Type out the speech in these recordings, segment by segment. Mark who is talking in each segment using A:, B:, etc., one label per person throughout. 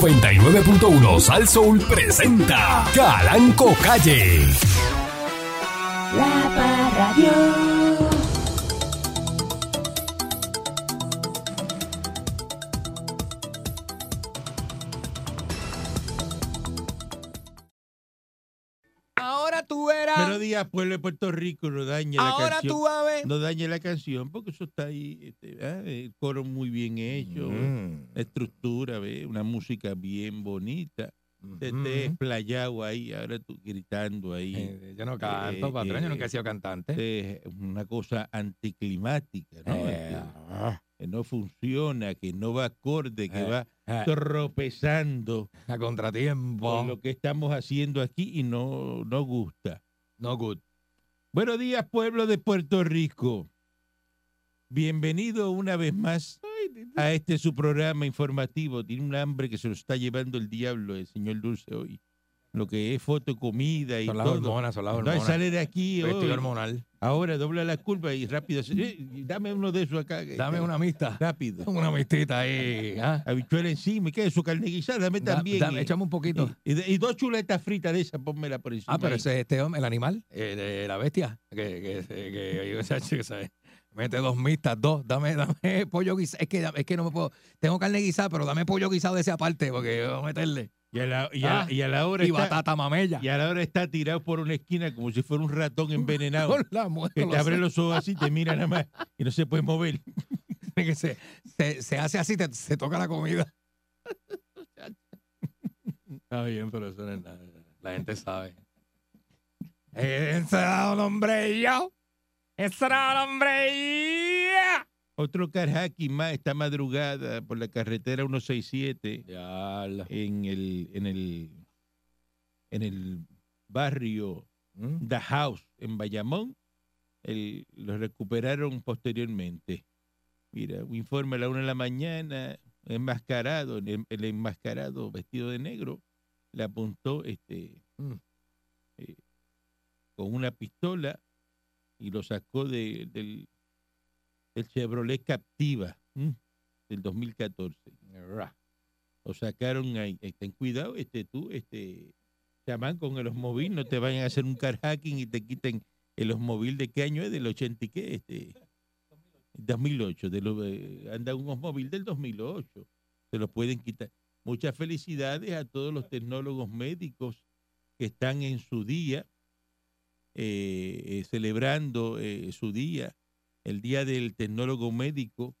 A: 99.1 Sal Soul presenta Calanco Calle.
B: La Parradio.
C: Ahora tú verás.
D: Pero diga pueblo de Puerto Rico, no dañe la
C: Ah. ahora
D: canción.
C: tú vas a ver.
D: No dañe la canción porque eso está ahí, este, ah, el coro muy bien hecho,
E: Mm.
D: Este, la estructura, ¿ve? una música bien bonita. Te
E: Mm.
D: estés playado ahí, ahora tú gritando ahí.
E: Eh, Yo no
D: Eh,
E: canto, patrón, yo nunca
D: eh,
E: he sido cantante.
D: Este, es una cosa anticlimática, ¿no?
E: Eh,
D: Este, que no funciona, que no va acorde, que
E: Eh,
D: va
E: eh,
D: tropezando
E: A
D: con
E: contratiempo.
D: lo que estamos haciendo aquí y no, no gusta.
E: No good.
D: Buenos días, pueblo de Puerto Rico. Bienvenido una vez más a este su programa informativo. Tiene un hambre que se lo está llevando el diablo, el señor Dulce, hoy. Lo que es foto, comida y
E: Son las
D: todo.
E: hormonas, son las
D: No, y
E: hormonas.
D: sale de aquí
E: Yo estoy
D: hoy.
E: hormonal.
D: Ahora dobla la curva y rápido. Eh, dame uno de esos acá. que-
E: Dame una amistad.
D: Rápido.
E: Una amistita ahí. ¿ah?
D: Habichuela encima. ¿Y qué es eso? Carne guisada. Dame
E: Da-
D: también.
E: dame,
D: y,
E: échame un poquito.
D: y- y dos chuletas fritas de esas, pónmela por encima.
E: Ah, pero
D: ahí.
E: ese es este hombre, el animal, el, eh, la bestia, que, que, se- que- que- esa chica se- mete dos mistas, dos, dame, dame pollo guisado. Es que, es que no me puedo, tengo carne guisada, pero dame pollo guisado de esa parte, porque voy a meterle.
D: Y a la, y a-
E: Ah,
D: y a la hora
E: Y
D: está-
E: batata mamella.
D: Y ahora está tirado por una esquina como si fuera un ratón envenenado.
E: Con la muerte,
D: Que
E: lo
D: te abre
E: sé.
D: los ojos así, te mira nada más y no se puede mover.
E: que se, se, se hace así, te- se toca la comida. Está bien, pero eso no es nada. La gente sabe. Ese era un hombre y yo. Ese era un hombre y yo.
D: Otro carjaki más esta madrugada por la carretera 167 en el, en el, en el barrio The House en Bayamón. El- lo recuperaron posteriormente. Mira, un informe a la una de la mañana, enmascarado, el, el enmascarado vestido de negro, le apuntó este
E: Mm.
D: eh, con una pistola y lo sacó de- del, del Chevrolet Captiva ¿m? del 2014. Lo sacaron ahí. Eh, Ten cuidado, este tú, este chamán con el Osmobil, no te vayan a hacer un car hacking y te quiten el Osmobil de qué año es, del 80 y qué, este 2008, de lo, eh, anda un Osmobil del 2008. Se lo pueden quitar. Muchas felicidades a todos los tecnólogos médicos que están en su día, eh, eh, celebrando eh, su día, el Día del Tecnólogo Médico,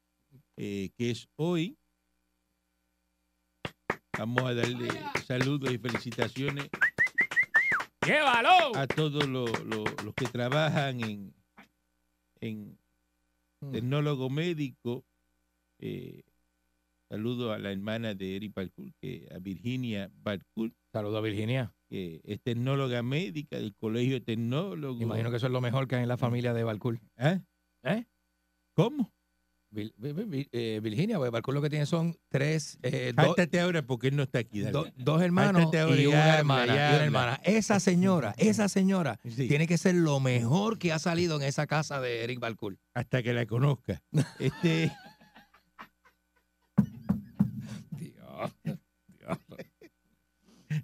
D: eh, que es hoy. Vamos a darle saludos y felicitaciones
E: ¡Llévalo!
D: a todos lo- lo- los que trabajan en, en tecnólogo médico. Eh, saludo a la hermana de Eric Balcour, que a Virginia Balcour,
E: Saludo a Virginia.
D: que es tecnóloga médica del Colegio de Tecnólogos.
E: Imagino que eso es lo mejor que hay en la familia de Balcour.
D: ¿Ah?
E: ¿Eh?
D: ¿Cómo?
E: Vil- vi- vi- vi- eh, Virginia, porque Balcour lo que tiene son tres, eh, dos,
D: Háltate ahora porque él no está aquí. dale.
E: do- dos hermanos
D: Háltate ahora
E: y
D: y
E: una
D: habla,
E: hermana.
D: y
E: y una
D: habla.
E: hermana. Esa señora, esa señora
D: Sí,
E: tiene que ser lo mejor que ha salido en esa casa de Eric Balcour.
D: Hasta que la conozca. Este,
E: Dios, Dios.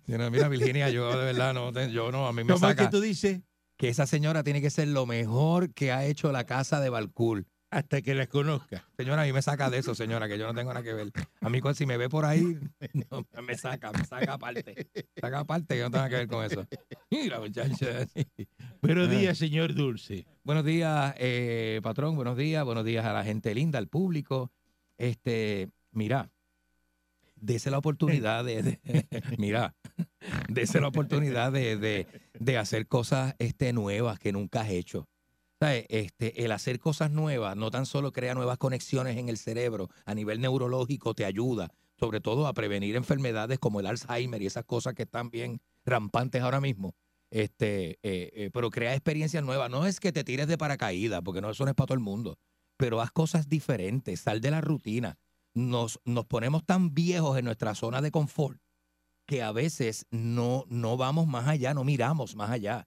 E: Yo no, mira, Virginia, yo de verdad no, te- yo no, a mí me
D: ¿Cómo es que
E: saca
D: tú dices?
E: que esa señora tiene que ser lo mejor que ha hecho la casa de Balcour.
D: Hasta que la conozca.
E: Señora, a mí me saca de eso, señora, que yo no tengo nada que ver. A mí, cu- si me ve por ahí, no, me saca, me saca aparte. Saca aparte, que no tengo nada que ver con eso. Mira, muchachos. Ah.
D: Buenos días, señor Dulce.
E: Buenos días, eh, patrón. Buenos días. Buenos días a la gente linda, al público. Este, mira, dese la oportunidad de, de- mira, dese la oportunidad de, de- de hacer cosas este, nuevas que nunca has hecho. ¿Sabe? Este, el hacer cosas nuevas no tan solo crea nuevas conexiones en el cerebro, a nivel neurológico te ayuda, sobre todo a prevenir enfermedades como el Alzheimer y esas cosas que están bien rampantes ahora mismo este, eh, eh, pero crea experiencias nuevas. No es que te tires de paracaídas, porque no, eso no es para todo el mundo, pero haz cosas diferentes, sal de la rutina. Nos, nos ponemos tan viejos en nuestra zona de confort que a veces no, no vamos más allá, no miramos más allá.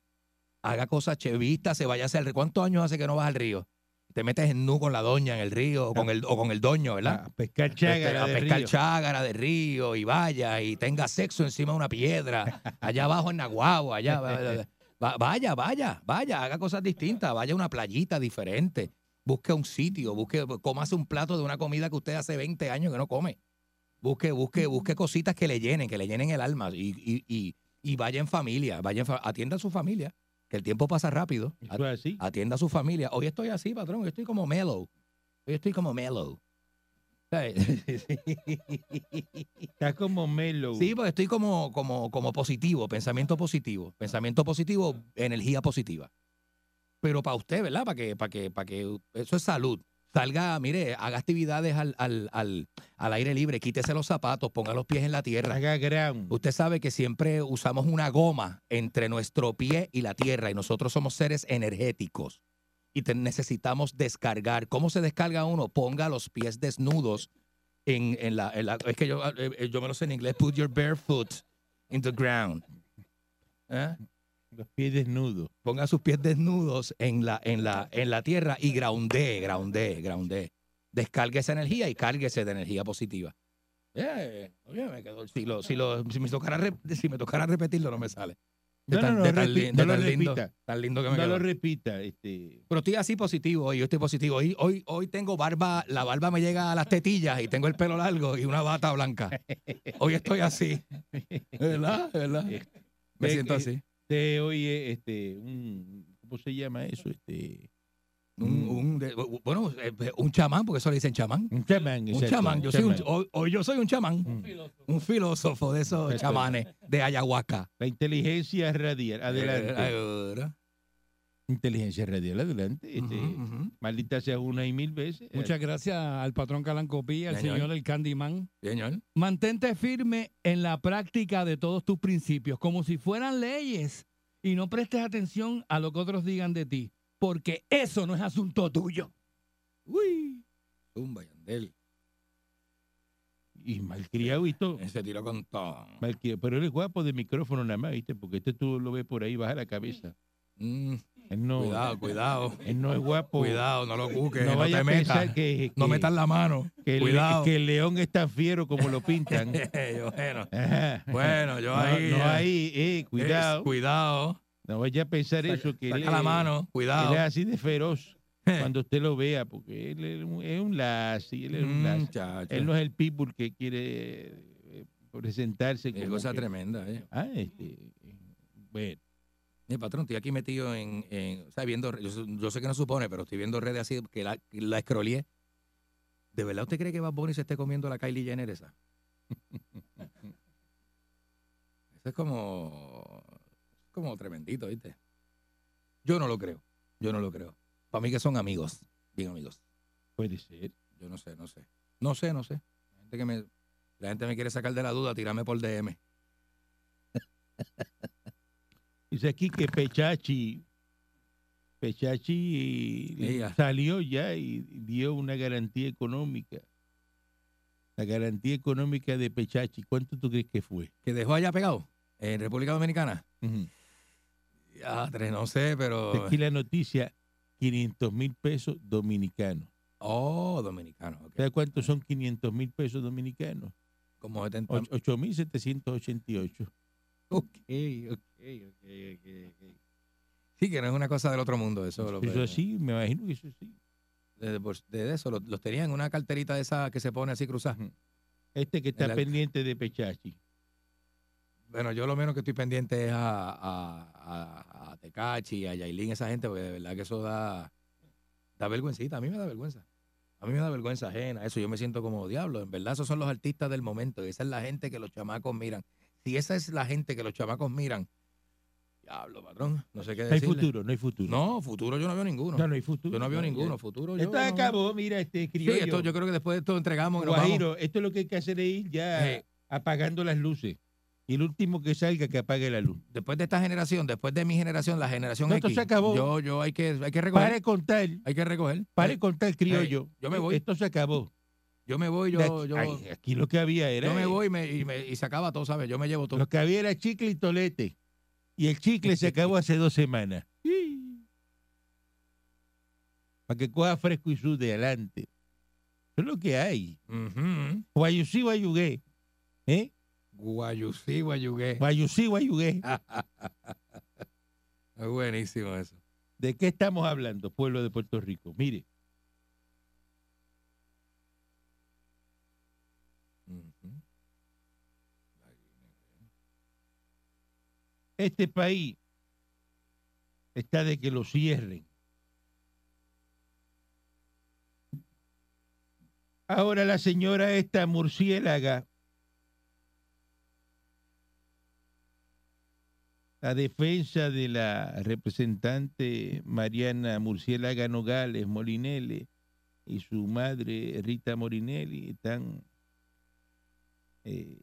E: Haga cosas chevistas, se vaya hacia el río. ¿Cuántos años hace que no vas al río? te metes en nu con la doña en el río o con el, o con el doño, ¿verdad?
D: A pescar chágara
E: Este,
D: de
E: a pescar
D: río.
E: chágara de río y vaya y tenga sexo encima de una piedra, allá abajo en Naguabo, allá. va- va- va- vaya, vaya, vaya, haga cosas distintas, vaya a una playita diferente, busque un sitio, busque, cómase un plato de una comida que usted hace 20 años que no come. Busque, busque, busque cositas que le llenen, que le llenen el alma y, y- y- y vaya en familia, vaya en fa- atienda a su familia, que el tiempo pasa rápido.
D: Eso es así.
E: Atienda a su familia. Hoy estoy así, patrón. Hoy estoy como mellow. Hoy estoy como mellow. ¿Sabes?
D: Está como Melo.
E: Sí, porque estoy como, como, como positivo, pensamiento positivo. Pensamiento positivo, energía positiva. Pero para usted, ¿verdad? Para que, para que, para que eso es salud. Salga, mire, haga actividades al, al, al, al aire libre, quítese los zapatos, ponga los pies en la tierra.
D: Haga ground.
E: Usted sabe que siempre usamos una goma entre nuestro pie y la tierra y nosotros somos seres energéticos y te- necesitamos descargar. ¿Cómo se descarga uno? Ponga los pies desnudos en, en la, en la- Es que yo, eh, eh, yo me lo sé en inglés. Put your bare foot in the ground. ¿Eh?
D: Los pies desnudos.
E: Ponga sus pies desnudos en la, en la, en la tierra y groundee, groundee, groundee. Descargue esa energía y cárguese de energía positiva. Eh, oye, me quedó- si, lo- si lo- si me tocara, re- si me tocara repetirlo, no me sale. De
D: No,
E: tan-
D: no, no,
E: de tan
D: repi-
E: lin-
D: no
E: de
D: lo
E: tan lindo-
D: repita.
E: tan lindo que me
D: No
E: quedó.
D: lo repita. Este,
E: Pero estoy así positivo hoy, yo estoy positivo. Hoy, hoy, hoy tengo barba, la barba me llega a las tetillas y tengo el pelo largo y una bata blanca. Hoy estoy así. ¿Verdad? ¿Verdad? Me
D: Eh,
E: siento
D: eh,
E: así.
D: usted oye este, un. ¿Cómo se llama eso? Este,
E: Un, un de- bueno, eh, un chamán, porque eso le dicen chamán.
D: un chamán.
E: Un
D: exacto,
E: chamán,
D: un
E: yo soy un,
D: chamán.
E: hoy, hoy yo soy un chamán,
D: Mm. Este.
E: un filósofo de esos
D: Exacto.
E: chamanes de ayahuasca.
D: La inteligencia
E: Eh,
D: radial. Adelante.
E: Ahora.
D: Inteligencia radial, adelante. Este,
E: Ujú, ujú.
D: Maldita sea una y mil veces.
E: Eh,
C: Muchas gracias al patrón Calancopía, al
E: Señor.
C: señor el Candyman.
E: Señor.
C: Mantente firme en la práctica de todos tus principios, como si fueran leyes, y no prestes atención a lo que otros digan de ti, porque eso no es asunto tuyo.
E: Uy. Tumba, Yandel.
D: Y malcriado y todo.
E: Ese tiro con todo.
D: Malcriado. Pero él es guapo de micrófono nada más, ¿viste? Porque este tú lo ves por ahí, baja la cabeza.
E: Mm,
D: Él no,
E: Cuidado, cuidado.
D: Él no es guapo.
E: Cuidado, no lo busques,
D: No
E: no, te
D: vaya a pensar
E: metas.
D: que, que-
E: No metas la mano.
D: que el,
E: cuidado.
D: que el león es tan fiero como lo pintan.
E: Yo, bueno,
D: Ajá.
E: bueno, yo
D: no,
E: ahí.
D: no
E: eh,
D: ahí, eh,
E: es-
D: cuidado.
E: cuidado.
D: No vaya a pensar eso, que él,
E: Saca la
D: es-
E: mano,
D: él es
E: cuidado.
D: así de feroz cuando usted lo vea, porque él es un, es un lazi, él es
E: Mm,
D: un lazi.
E: Muchacho.
D: Él no es el people que quiere eh, presentarse
E: Qué
D: como
E: cosa
D: que-
E: tremenda, eh.
D: Ah, este, bueno,
E: Mi patrón, estoy aquí metido en, en- o sea, viendo, yo, sé- yo sé que no supone, pero estoy viendo redes así que la, que la escroleé. ¿De verdad usted cree que Bad Bunny se esté comiendo la Kylie Jenner esa? Eso es como, como tremendito, ¿viste? Yo no lo creo, yo no lo creo. Para mí que son amigos, bien amigos.
D: puede ser.
E: Yo no sé, no sé. No sé, no sé. La gente, que me, la gente me quiere sacar de la duda, tirarme por DM.
D: Dice aquí que Pechachi, Pechachi eh, le-
E: Ella.
D: salió ya y dio una garantía económica. La garantía económica de Pechachi, ¿cuánto tú crees que fue?
E: ¿Que dejó allá pegado? En República Dominicana.
D: Ujú.
E: Ya, tres, no sé, pero...
D: Aquí la noticia, 500 mil pesos dominicanos.
E: Oh, dominicano. ok.
D: ¿Sabes cuántos son 500 mil pesos dominicanos?
E: Como 70.
D: Och- 8.788.
E: Ok, ok, ok, ok, ok. Sí, que no es una cosa del otro mundo, eso. lo-
D: Eso sí, me imagino que eso sí.
E: De, de- de eso, lo- los, tenían en una carterita de esa que se pone así cruzada.
D: Este que está
E: El al-
D: pendiente de Pechachi.
E: Bueno, yo lo menos que estoy pendiente es a, a, a, a Tecachi, a Yailin, esa gente, porque de verdad que eso da, da vergüencita. A mí me da vergüenza. A mí me da vergüenza ajena eso. Yo me siento como diablo. En verdad, esos son los artistas del momento. Y esa es la gente que los chamacos miran. Si esa es la gente que los chamacos miran, diablo, patrón. No sé qué
D: No hay
E: decirle.
D: futuro, no hay futuro.
E: No, futuro yo no veo ninguno.
D: No, no hay futuro.
E: yo no veo
D: No,
E: ninguno.
D: ya.
E: Futuro yo.
D: Esto
E: no-
D: acabó, mira, este
E: Sí,
D: escribió.
E: esto, yo creo que después de esto entregamos. y nos vamos.
D: Guajiro, esto es lo que hay que hacer es ir ya
E: Eh,
D: apagando las luces. Y el último que salga que apague la luz.
E: después de esta generación, después de mi generación, la generación
D: No, esto
E: X.
D: se acabó.
E: Yo, yo hay que, hay que recoger.
D: Pare de contar,
E: Hay que recoger.
D: pare de contar criollo.
E: Eh. yo me voy.
D: Esto se acabó.
E: Yo me voy,
D: De
E: yo,
D: aquí,
E: yo,
D: ay, aquí lo que había era.
E: yo me
D: eh,
E: voy y, me- y me- y se acaba todo, ¿sabes? Yo me llevo todo.
D: Lo que había era chicle y tolete. Y el chicle se acabó hace dos semanas. para que coja fresco y sur de adelante. Eso es lo que hay.
E: Ujú.
D: Guayusí, guayugué. ¿Eh?
E: Guayusí, guayugué.
D: Guayusí, guayugué.
E: Es buenísimo eso.
D: ¿De qué estamos hablando, pueblo de Puerto Rico? Mire,
E: Ujú.
D: este país está de que lo cierren. Ahora la señora esta murciélaga, la defensa de la representante Mariana Murciélaga Nogales Molinelli y su madre Rita Morinelli están eh,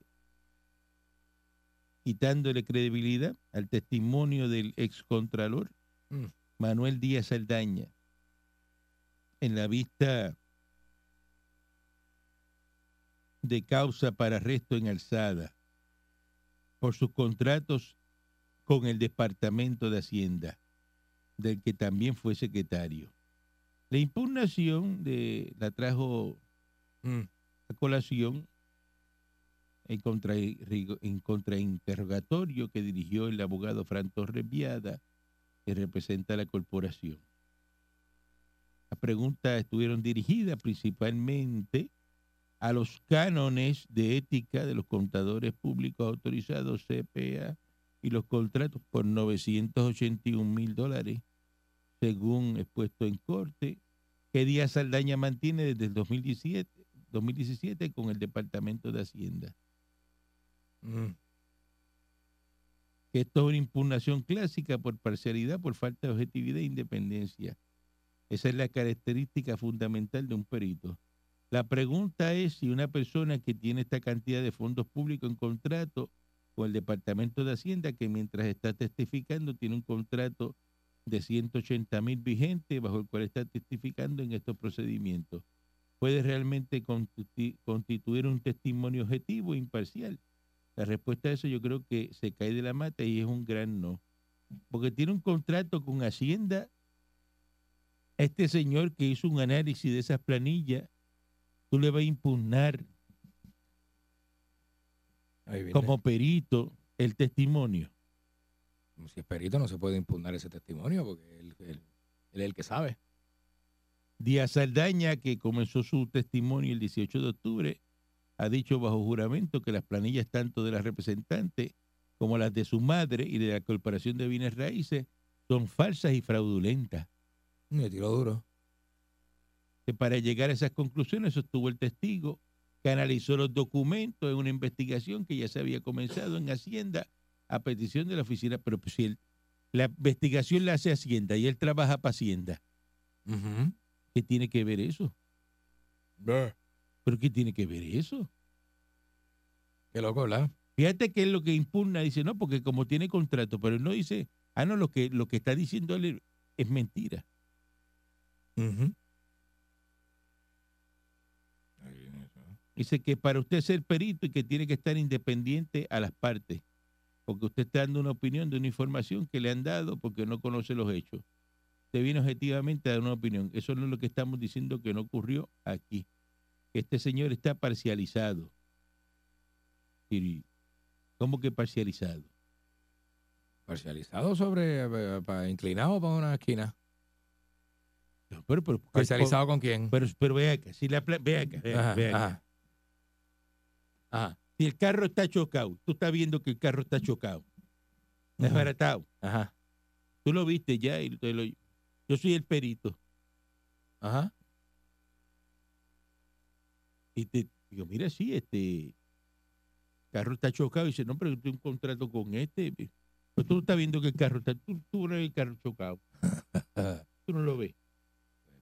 D: quitándole credibilidad al testimonio del excontralor
E: Mm.
D: Manuel Díaz Saldaña en la vista de causa para arresto en alzada por sus contratos con el Departamento de Hacienda, del que también fue secretario. La impugnación de, la trajo
E: Mm.
D: a colación en, contra, en contrainterrogatorio que dirigió el abogado Fran Torres Viada, que representa a la corporación. Las preguntas estuvieron dirigidas principalmente a los cánones de ética de los contadores públicos autorizados CPA y los contratos por 981 mil dólares, según expuesto en corte, que Díaz Saldaña mantiene desde el 2017 2017 con el Departamento de Hacienda.
E: Mm.
D: Que esto es una impugnación clásica por parcialidad, por falta de objetividad e independencia. Esa es la característica fundamental de un perito. La pregunta es si una persona que tiene esta cantidad de fondos públicos en contrato con el Departamento de Hacienda, que mientras está testificando tiene un contrato de 180 mil vigente bajo el cual está testificando en estos procedimientos, puede realmente constitu- constituir un testimonio objetivo e imparcial. La respuesta a eso yo creo que se cae de la mata y es un gran no. Porque tiene un contrato con Hacienda este señor que hizo un análisis de esas planillas, tú le vas a impugnar
E: Ahí viene.
D: como perito el testimonio.
E: Si es perito, no se puede impugnar ese testimonio porque él, él- él es el que sabe.
D: Díaz Saldaña, que comenzó su testimonio el 18 de octubre, ha dicho bajo juramento que las planillas tanto de la representante como las de su madre y de la Corporación de Bienes Raíces son falsas y fraudulentas. Mm,
E: Me tiró duro.
D: que para llegar a esas conclusiones sostuvo el testigo que analizó los documentos en una investigación que ya se había comenzado en Hacienda a petición de la oficina, pero pues si él- la investigación la hace Hacienda y él trabaja para Hacienda,
E: Ujú.
D: ¿qué tiene que ver eso?
E: Brr.
D: ¿Pero qué tiene que ver eso?
E: Qué loco, ¿verdad?
D: Fíjate que es lo que impugna, dice, no, porque como tiene contrato, pero él no dice, ah, no, lo que, lo que está diciendo él es mentira.
E: Ujú. Ahí viene eso.
D: Dice que para usted ser perito y que tiene que estar independiente a las partes, porque usted está dando una opinión de una información que le han dado porque no conoce los hechos. Usted viene objetivamente a dar una opinión. Eso no es lo que estamos diciendo que no ocurrió aquí. Que este señor está parcializado. Y, ¿Cómo que parcializado?
E: Parcializado sobre. eh, pa- inclinado para una esquina.
D: Pero, pero, pero-
E: Parcializado con quién?
D: Pero, pero ve acá, si la pla- ve acá, ve acá,
E: Ajá,
D: ve acá.
E: ajá. Ajá,
D: Si el carro está chocado, tú estás viendo que el carro está chocado,
E: Ujú.
D: desbaratado.
E: ajá,
D: Tú lo viste ya y te lo- yo soy el perito.
E: ajá.
D: Y te digo, mira, sí, este carro está chocado. Y dice, no, pero yo tengo un contrato con este. Pero tú no estás viendo que el carro está, tú, tú no ves el carro chocado.
E: Ah,
D: Tú no lo ves.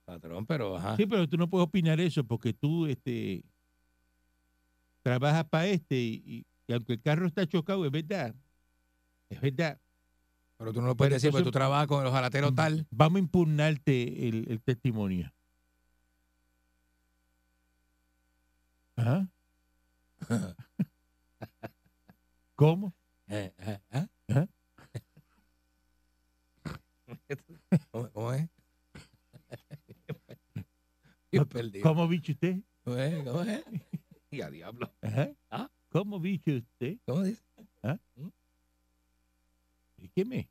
E: Patrón, pero ajá.
D: Sí, pero tú no puedes opinar eso porque tú este, trabajas para este y, y- y aunque el carro está chocado, es verdad. Es verdad.
E: Pero tú no lo puedes
D: Pero
E: decir porque
D: entonces-
E: tú trabajas con los jalateros tal.
D: Vamos a impugnarte el, el testimonio. Ajá. ¿Cómo?
E: Eh, eh, ¿ah?
D: Ajá.
E: ¿Cómo, cómo es? perdido.
D: ¿Cómo bicho usted?
E: ¿Cómo es? ¿Cómo es? Y a diablo.
D: Ajá.
E: Ah.
D: ¿Cómo bicho usted?
E: ¿Cómo dice?
D: ¿Y qué me?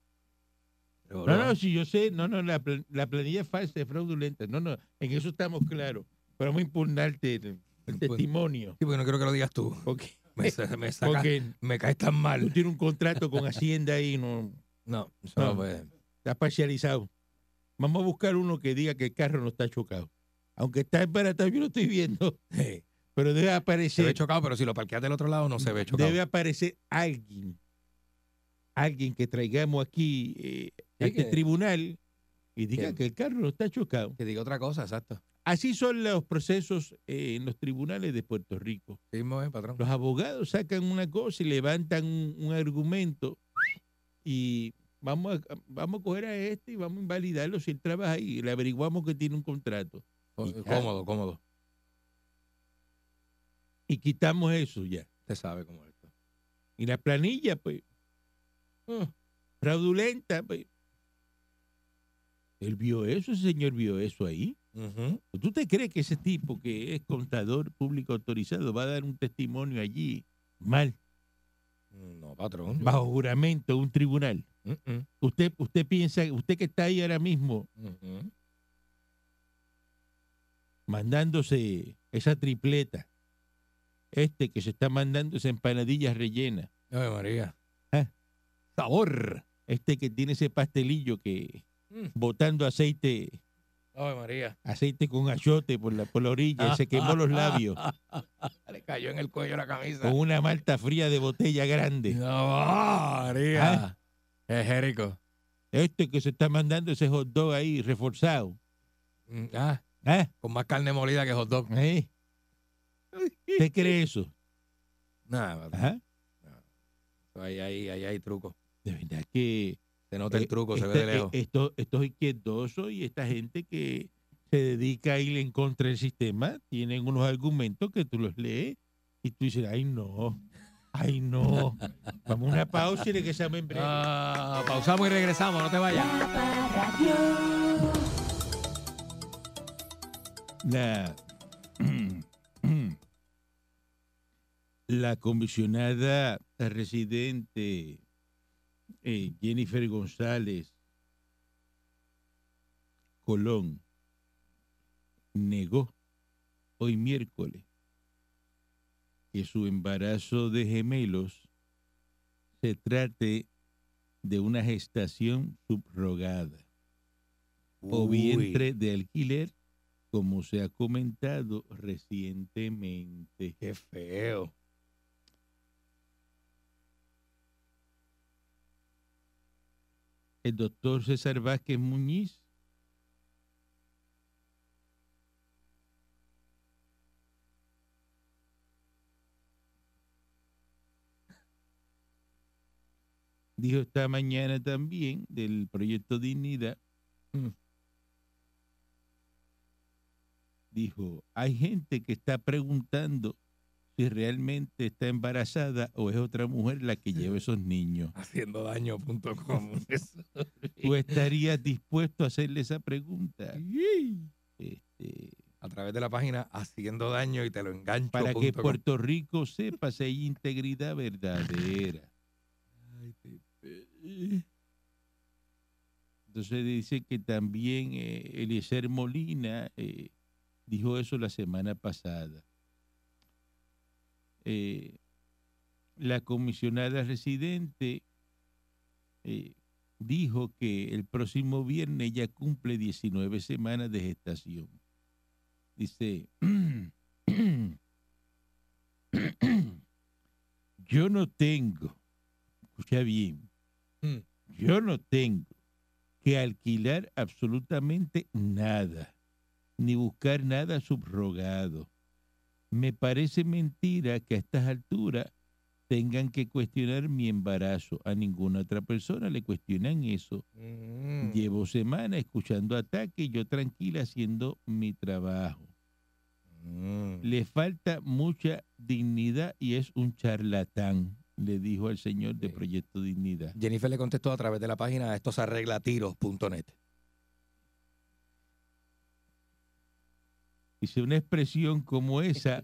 D: No, no, si yo sé, no, no, la, plan- la planilla es falsa, es fraudulenta. No, no, en eso estamos claros. Pero vamos a impugnarte el, el testimonio.
E: Sí, porque no quiero que lo digas tú.
D: Porque,
E: Me, sa- me sacas-
D: porque
E: me caes tan
D: tú
E: mal.
D: tienes un contrato con Hacienda y no
E: No, eso no
D: No.
E: puede.
D: está parcializado. Vamos a buscar uno que diga que el carro no está chocado. Aunque está embaratado, yo lo estoy viendo.
E: Sí.
D: Pero debe
E: Se ve
D: aparecer,
E: chocado, pero si lo parqueas del otro lado no se ve chocado.
D: debe aparecer alguien. Alguien que traigamos aquí eh, a este
E: que-
D: tribunal y diga
E: que-
D: que el carro no está chocado.
E: Que diga otra cosa, exacto.
D: Así son los procesos eh, en los tribunales de Puerto Rico.
E: Sí, mismo es, patrón.
D: Los abogados sacan una cosa y levantan un, un argumento y vamos a, vamos a coger a este y vamos a invalidarlo si él trabaja ahí. Le averiguamos que tiene un contrato
E: Có-
D: ya.
E: Cómodo, cómodo.
D: y quitamos eso ya.
E: Usted sabe cómo es esto.
D: Y la planilla, pues, ah, fraudulenta, pues. Él vio eso, ese señor vio eso ahí.
E: Ujú.
D: ¿Tú te crees que ese tipo que es contador público autorizado va a dar un testimonio allí mal?
E: No, patrón. yo-
D: bajo juramento a un tribunal.
E: Mm-mm.
D: Usted, usted piensa, usted que está ahí ahora mismo
E: Ujú.
D: mandándose esa tripleta, este que se está mandando esas empanadillas rellenas,
E: Ave María.
D: Ah.
E: Eh. Sabor.
D: este que tiene ese pastelillo que
E: Mm.
D: botando aceite,
E: Ave María.
D: aceite con achote por la, por la orilla, se quemó los labios
E: Le cayó en el cuello la camisa.
D: con una malta fría de botella grande.
E: Ave María. Es Jerico.
D: Este que se está mandando ese hot dog ahí reforzado.
E: Mm, Ah,
D: ¿Ah?
E: con más carne molida que hot dog.
D: ¿Eh? ¿Usted cree eso?
E: Nada, patrón.
D: Ajá.
E: Ahí, ahí, ahí hay truco.
D: De verdad que
E: Se nota el
D: Eh,
E: truco, se ve
D: este-
E: de lejos.
D: eh, Estos, estos izquierdosos y esta gente que se dedica a ir en contra del sistema tienen unos argumentos que tú los lees y tú dices, ay no, ay no. Vamos a una pausa y regresamos en breve.
E: Ah, pausamos y regresamos, no te vayas.
B: La Parradio.
D: La, la comisionada residente eh, Jennifer González Colón negó hoy miércoles que su embarazo de gemelos se trate de una gestación subrogada o vientre de alquiler, como se ha comentado recientemente.
E: Qué feo.
D: El doctor César Vázquez Muñiz dijo esta mañana también del proyecto Dignidad,
E: Mm.
D: dijo, hay gente que está preguntando si realmente está embarazada o es otra mujer la que lleva esos niños.
E: Haciendo daño.com.
D: ¿Tú estarías dispuesto a hacerle esa pregunta? Este,
E: A través de la página Haciendo Daño y te lo engancho.
D: para que
E: punto com.
D: Puerto Rico sepa si hay integridad verdadera. Entonces dice que también eh, Eliezer Molina eh, dijo eso la semana pasada. Eh, la comisionada residente eh, dijo que el próximo viernes ya cumple 19 semanas de gestación. Dice, yo no tengo, escucha bien,
E: Mm.
D: yo no tengo que alquilar absolutamente nada, ni buscar nada subrogado. Me parece mentira que a estas alturas tengan que cuestionar mi embarazo. A ninguna otra persona le cuestionan eso.
E: Mm.
D: Llevo semanas escuchando ataques y yo tranquila haciendo mi trabajo.
E: Mm.
D: Le falta mucha dignidad y es un charlatán, le dijo al señor de
E: Sí.
D: Proyecto Dignidad.
E: Jennifer le contestó a través de la página estos arreglatiros.net.
D: Dice, una expresión como esa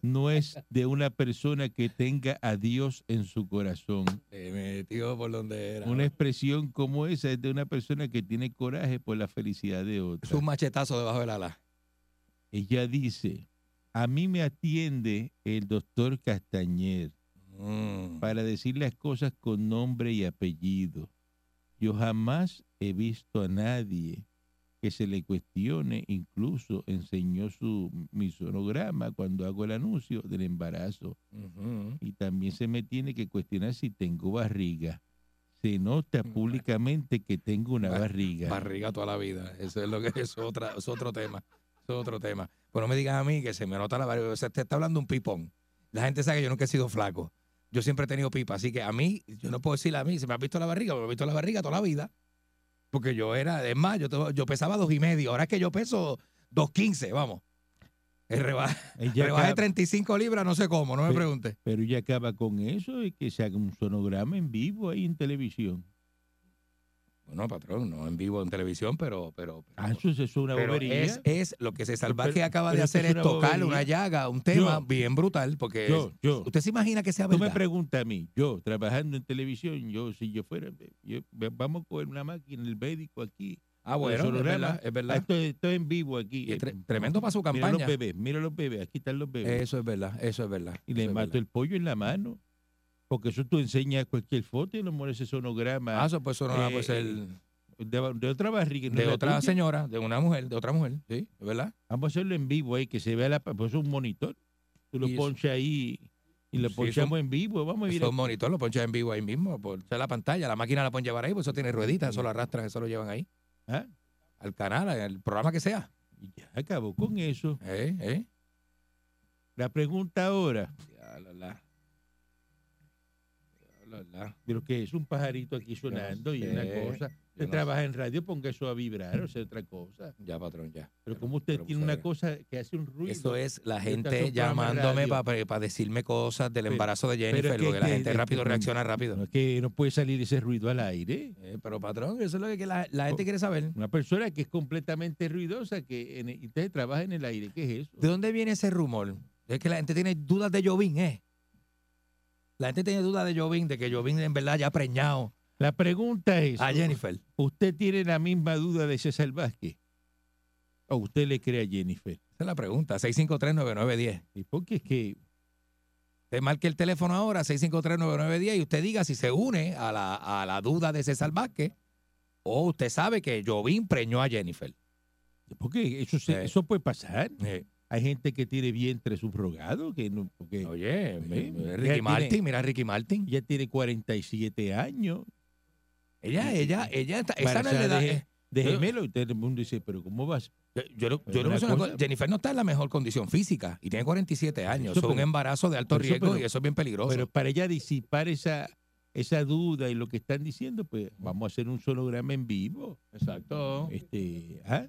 D: no es de una persona que tenga a Dios en su corazón.
E: Le metió por donde era.
D: Una expresión como esa es de una persona que tiene coraje por la felicidad de otra.
E: Es un machetazo debajo del ala.
D: Ella dice, a mí me atiende el doctor Castañer
E: Mm.
D: para decir las cosas con nombre y apellido. Yo jamás he visto a nadie que se le cuestione, incluso enseñó su, mi sonograma cuando hago el anuncio del embarazo.
E: Ujú.
D: Y también se me tiene que cuestionar si tengo barriga. Se nota públicamente que tengo una
E: Ba-
D: barriga.
E: Barriga toda la vida. Eso es lo que es otra, es otro tema. Es otro tema. Pero no me digas a mí que se me nota la barriga. O sea, te está hablando un pipón. La gente sabe que yo nunca he sido flaco. Yo siempre he tenido pipa. Así que a mí, yo no puedo decirle a mí, se me ha visto la barriga, me ha visto la barriga toda la vida. Porque yo era, es más, yo, te- yo pesaba dos y medio. Ahora es que yo peso dos quince, vamos. El reba-
D: Ella
E: rebaje
D: acaba-
E: 35 libras, no sé cómo, no me
D: Pe-
E: pregunte.
D: Pero ella acaba con eso y que se haga un sonograma en vivo ahí en televisión.
E: Bueno, patrón, no en vivo en televisión, pero, pero, pero-
D: Ah, eso es- eso es una
E: Pero
D: bobería.
E: es, es lo que se salvaje
D: pero-
E: acaba
D: pero
E: de
D: esto
E: hacer
D: es
E: es
D: una
E: tocar una
D: bobería.
E: llaga, un tema
D: Yo-
E: bien brutal, porque
D: yo,
E: es-
D: yo.
E: usted se imagina que sea
D: Tú me
E: verdad.
D: preguntas a mí, yo trabajando en televisión, yo si yo fuera, yo- vamos a coger una máquina, el médico aquí.
E: ah, bueno,
D: Pero
E: es
D: sonograma,
E: verdad, es
D: Ah,
E: verdad.
D: esto, esto es en vivo aquí.
E: Y es
D: Eh,
E: tre- tremendo para su
D: Mira
E: campaña.
D: los bebés, mira los bebés, aquí están los bebés.
E: Eso es verdad, eso es verdad.
D: y le
E: eso es
D: mato
E: verdad.
D: el pollo en la mano. Porque eso tú enseñas cualquier foto y no muere ese
E: Ah,
D: sonograma
E: eso pues sonaba
D: eh,
E: pues el
D: de, de otra barriga. no
E: de
D: la
E: otra
D: tuya.
E: señora, de una mujer, de otra mujer, sí, es verdad.
D: Vamos a hacerlo en vivo ahí, que se vea la, pues un monitor. Tú lo
E: Y eso-
D: ponchas ahí y lo
E: Sí,
D: ponchamos en vivo. Vamos a ir
E: Eso es un monitor, lo ponchas en vivo ahí mismo, por o sea, la pantalla, la máquina la pueden llevar ahí, pues eso tiene rueditas, eso lo arrastran, eso lo llevan ahí,
D: Ah,
E: al canal, al programa que sea.
D: y ya acabó con eso.
E: ¿Eh? ¿Eh?
D: La pregunta ahora,
E: Ya, la, la. Ya, la, la.
D: pero que es un pajarito aquí sonando y una
E: sé,
D: cosa.
E: yo
D: Usted
E: no
D: trabaja en radio, ponga eso a vibrar, o sea, otra cosa.
E: Ya, patrón, ya.
D: Pero como usted
E: pero pues,
D: tiene
E: usted
D: una
E: ve.
D: cosa que hace un ruido.
E: Eso es la
D: Yo te hago
E: gente
D: un programa de
E: llamándome
D: radio.
E: para decirme cosas del
D: Pero-
E: embarazo de Jennifer,
D: es que-
E: porque la
D: que-
E: gente
D: es que
E: rápido
D: no-
E: reacciona
D: No
E: rápido.
D: es que no puede salir ese ruido al aire.
E: Eh, pero patrón, eso es lo que que la, la gente quiere saber.
D: Una persona que es completamente ruidosa, que en, y usted trabaja en el aire, ¿qué es
E: ¿De
D: eso?
E: dónde viene ese rumor? Es que la gente tiene dudas de Jovín, ¿eh? La gente tiene dudas de Jovín, de que Jovín en verdad ya ha preñado
D: La pregunta es,
E: a Ah, Jennifer.
D: ¿usted tiene la misma duda de César Vázquez? ¿O usted le cree a Jennifer?
E: Esa es la pregunta, 6539910.
D: ¿Y por qué es que
E: Te marque el teléfono ahora, 6539910, y usted diga si se une a la, a la duda de César Vázquez o usted sabe que Jovín preñó a Jennifer.
D: Porque eso, se-
E: Sí.
D: eso puede pasar.
E: Eh,
D: Hay gente que tiene vientre subrogado, que no, porque
E: Oye,
D: Sí,
E: mira,
D: ella
E: Ricky
D: tiene-
E: Martin, mira Ricky Martin.
D: ya tiene 47 años.
E: Ella,
D: Sí, sí,
E: ella, ella, está, esa no es la
D: embarazada
E: edad.
D: de-
E: eh,
D: de
E: yo-
D: gemelo. Y todo el mundo dice, pero ¿cómo vas?
E: Yo, yo lo-
D: pero
E: yo le voy a
D: una
E: decir una
D: cosa-
E: cosa, Jennifer no está en la mejor condición física y tiene 47 años.
D: Eso,
E: Eso es un
D: pero-
E: embarazo de alto
D: pero eso,
E: riesgo
D: pero-
E: y eso es bien peligroso.
D: Pero para ella disipar esa, esa duda y lo que están diciendo, pues vamos a hacer un sonograma en vivo.
E: Exacto.
D: Este, ¿ah?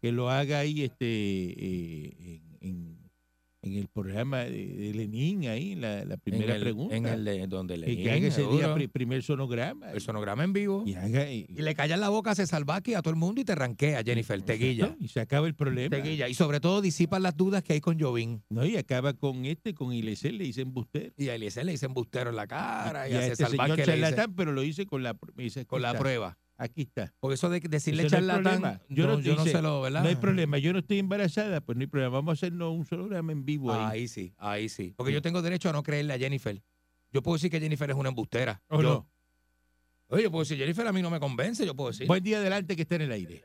D: Que lo haga ahí este, eh, en, en- en el programa de, de Lenín, ahí, en la, la
E: En
D: primera
E: el-
D: pregunta.
E: En el de- donde le
D: y que haga ese día
E: seguro,
D: pri- primer sonograma.
E: el sonograma en vivo.
D: Y, haga, y-
E: Y le callas la boca a César Vázquez, a todo el mundo y te ranquea, Jennifer, te guilla.
D: ¿no? y se acaba el problema.
E: Te guilla. Y sobre todo disipas las dudas que hay con Jovín.
D: No, y acaba con este, con Ilesel, le dicen bustero.
E: Y a Eliezer le dicen bustero en la cara y,
D: Y
E: a
D: a este
E: César
D: señor
E: Vázquez le dicen-
D: charlatán, pero lo hice con la, pr- me dice, aquí
E: con la
D: está,
E: prueba.
D: Aquí está.
E: Porque eso de que decirle
D: Eso no hay
E: charlatán,
D: problema. Yo
E: yo,
D: no
E: no,
D: te
E: yo no
D: hice-
E: sé lo, ¿verdad?
D: No hay problema, yo no estoy embarazada, pues no hay problema. Vamos a hacernos un sonograma en vivo ahí.
E: Ahí sí, ahí sí. Porque yo tengo derecho a no creerle a Jennifer. Yo puedo decir que Jennifer es una embustera.
D: ¿O
E: yo,
D: no?
E: Oye, yo puedo decir, Jennifer a mí no me convence, yo puedo decir.
D: Buen día adelante que está en el aire.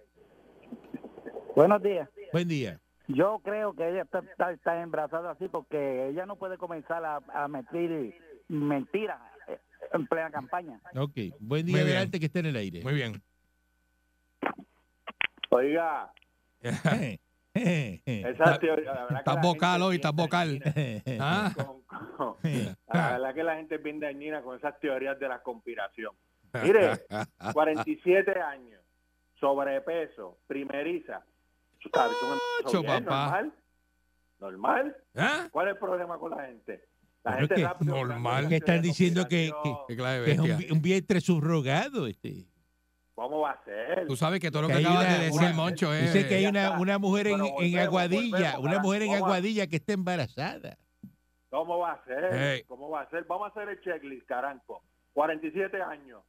F: Buenos días.
D: Buen día.
F: Yo creo que ella está, está, está embarazada así porque ella no puede comenzar a, a meter mentiras eh, en plena campaña.
D: Ok. Buen
E: Muy
D: día
E: bien.
D: adelante que está en el aire.
E: Muy bien.
G: Oiga, esa
E: Está-
G: teoría, la verdad que
E: Estás
G: la
E: vocal
G: gente
E: hoy,
G: es bien
E: estás vocal.
G: dañina
E: Ah,
G: con- con- la
E: ah,
G: verdad que la gente es bien dañina con esas teorías de la conspiración. Mire, 47 años, sobrepeso, primeriza. Tú sabes, tú me-
E: Ocho,
G: bien,
E: papá.
G: Normal, normal.
E: ¿Ah?
G: ¿Cuál es el problema con la gente? La
D: Pero
G: gente
D: es que
G: rápido
E: normal.
G: buscando esas
D: Que están
G: teorías de
D: diciendo que-
G: conspiración.
E: Qué clave
D: Que es un,
E: bestia.
D: vi- un vientre subrogado. Este.
G: ¿Cómo va a ser?
E: Tú sabes que todo lo que,
D: Que hay
E: acabas
D: una-
E: de decir,
D: una-
E: Moncho, eh, es.
D: Dice que hay
G: ya
D: una,
G: está.
D: una mujer en,
G: Pero
D: en
G: volvemos,
D: Aguadilla,
G: volvemos,
D: una mujer en
G: vamos a-
D: Aguadilla que está embarazada.
G: ¿Cómo va a ser?
E: Hey.
G: ¿Cómo va a ser? Vamos a hacer el checklist, caranco. 47 años,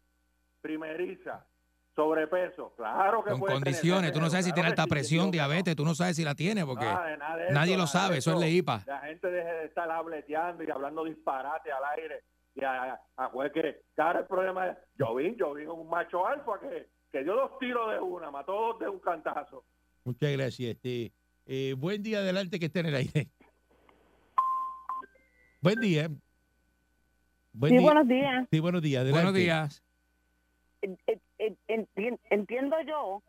G: primeriza, sobrepeso. Claro que
E: con
G: puede
E: condiciones.
G: tener,
E: Tú no sabes si
G: claro
E: tiene
G: que
E: alta
G: sí,
E: presión,
G: sí, sí,
E: diabetes, tú no sabes si la tiene porque
G: Nada de- nada de eso,
E: nadie lo
G: nada de
E: sabe, eso es ley IPA.
G: La gente deje de estar hableteando y hablando disparate al aire. Y a, a- a juez que, claro, el problema es, yo vi, yo vi un macho alfa que, que dio dos tiros de una, mató dos de un cantazo.
D: Muchas gracias. Este, eh, buen día, adelante que está en el aire. Buen día. Buen
H: Sí,
D: día.
H: buenos días.
D: Sí, buenos días.
E: Buenos
D: adelante.
E: días.
H: En- en- en- Entiendo yo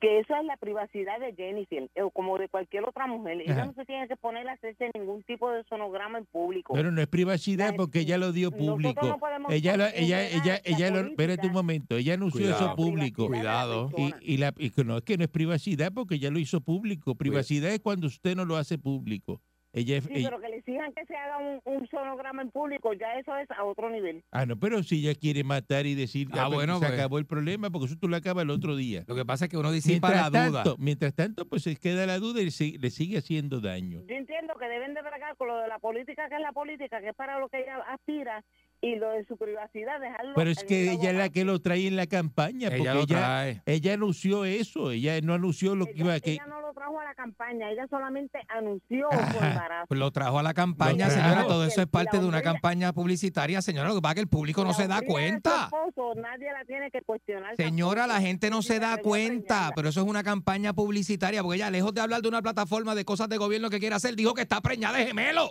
H: que esa es la privacidad de Jennifer, eh, como de cualquier otra mujer. Ella
D: Ajá.
H: no se tiene que poner a hacerse ningún tipo de sonograma en público.
D: Pero no es privacidad
H: La-
D: porque ella lo dio
H: Nosotros
D: público.
H: no podemos
D: ella, lo-
H: considerar
D: ella, ella,
H: la
D: ella, lo-
H: política
D: espérate un momento, ella anunció
E: Cuidado.
D: eso público.
H: privacidad de la
E: Cuidado.
D: Y,
H: persona.
D: y la, y que no, es que no es privacidad porque ya lo hizo público. Privacidad es cuando usted no lo hace público. Ella, es-
H: Sí,
D: ella-
H: pero que le exijan que se haga un, un sonograma en público, ya eso es a otro nivel.
D: ah, no, pero si ella quiere matar y decir,
E: Ah,
D: ah, bueno,
E: bueno,
D: se
E: pues.
D: acabó el problema porque eso tú lo acabas el otro día.
E: Lo que pasa es que uno disipa la duda.
D: tanto, mientras tanto, pues se queda la duda y se- le sigue haciendo daño.
H: Yo entiendo que deben de bregar con lo de la política, que es la política, que es para lo que ella aspira, y lo de su privacidad, dejarlo.
D: Pero es
H: en
D: que
H: el
D: ella es la
H: abogado.
D: que lo trae en la campaña, porque
E: Ella
D: ella,
E: lo
D: ella,
E: trae.
D: anunció eso, ella no anunció lo que iba
H: Ella,
D: a que...
H: ella no lo trajo a la campaña, ella solamente anunció su embarazo.
E: Pues Lo trajo a la campaña,
D: Lo trajo.
E: señora. Todo eso es
H: La
E: parte de una
H: hombría-
E: campaña publicitaria, señora. Lo que pasa es que el público no
H: La
E: se da
H: hombría de su
E: cuenta.
H: esposo, nadie la tiene que cuestionar.
E: Señora, la
H: tampoco.
E: gente no se
H: Ella
E: da
H: debió
E: cuenta,
H: preñarla.
E: pero eso es una campaña publicitaria, porque ella, lejos de hablar de una plataforma de cosas de gobierno que quiere hacer, dijo que está preñada de gemelo.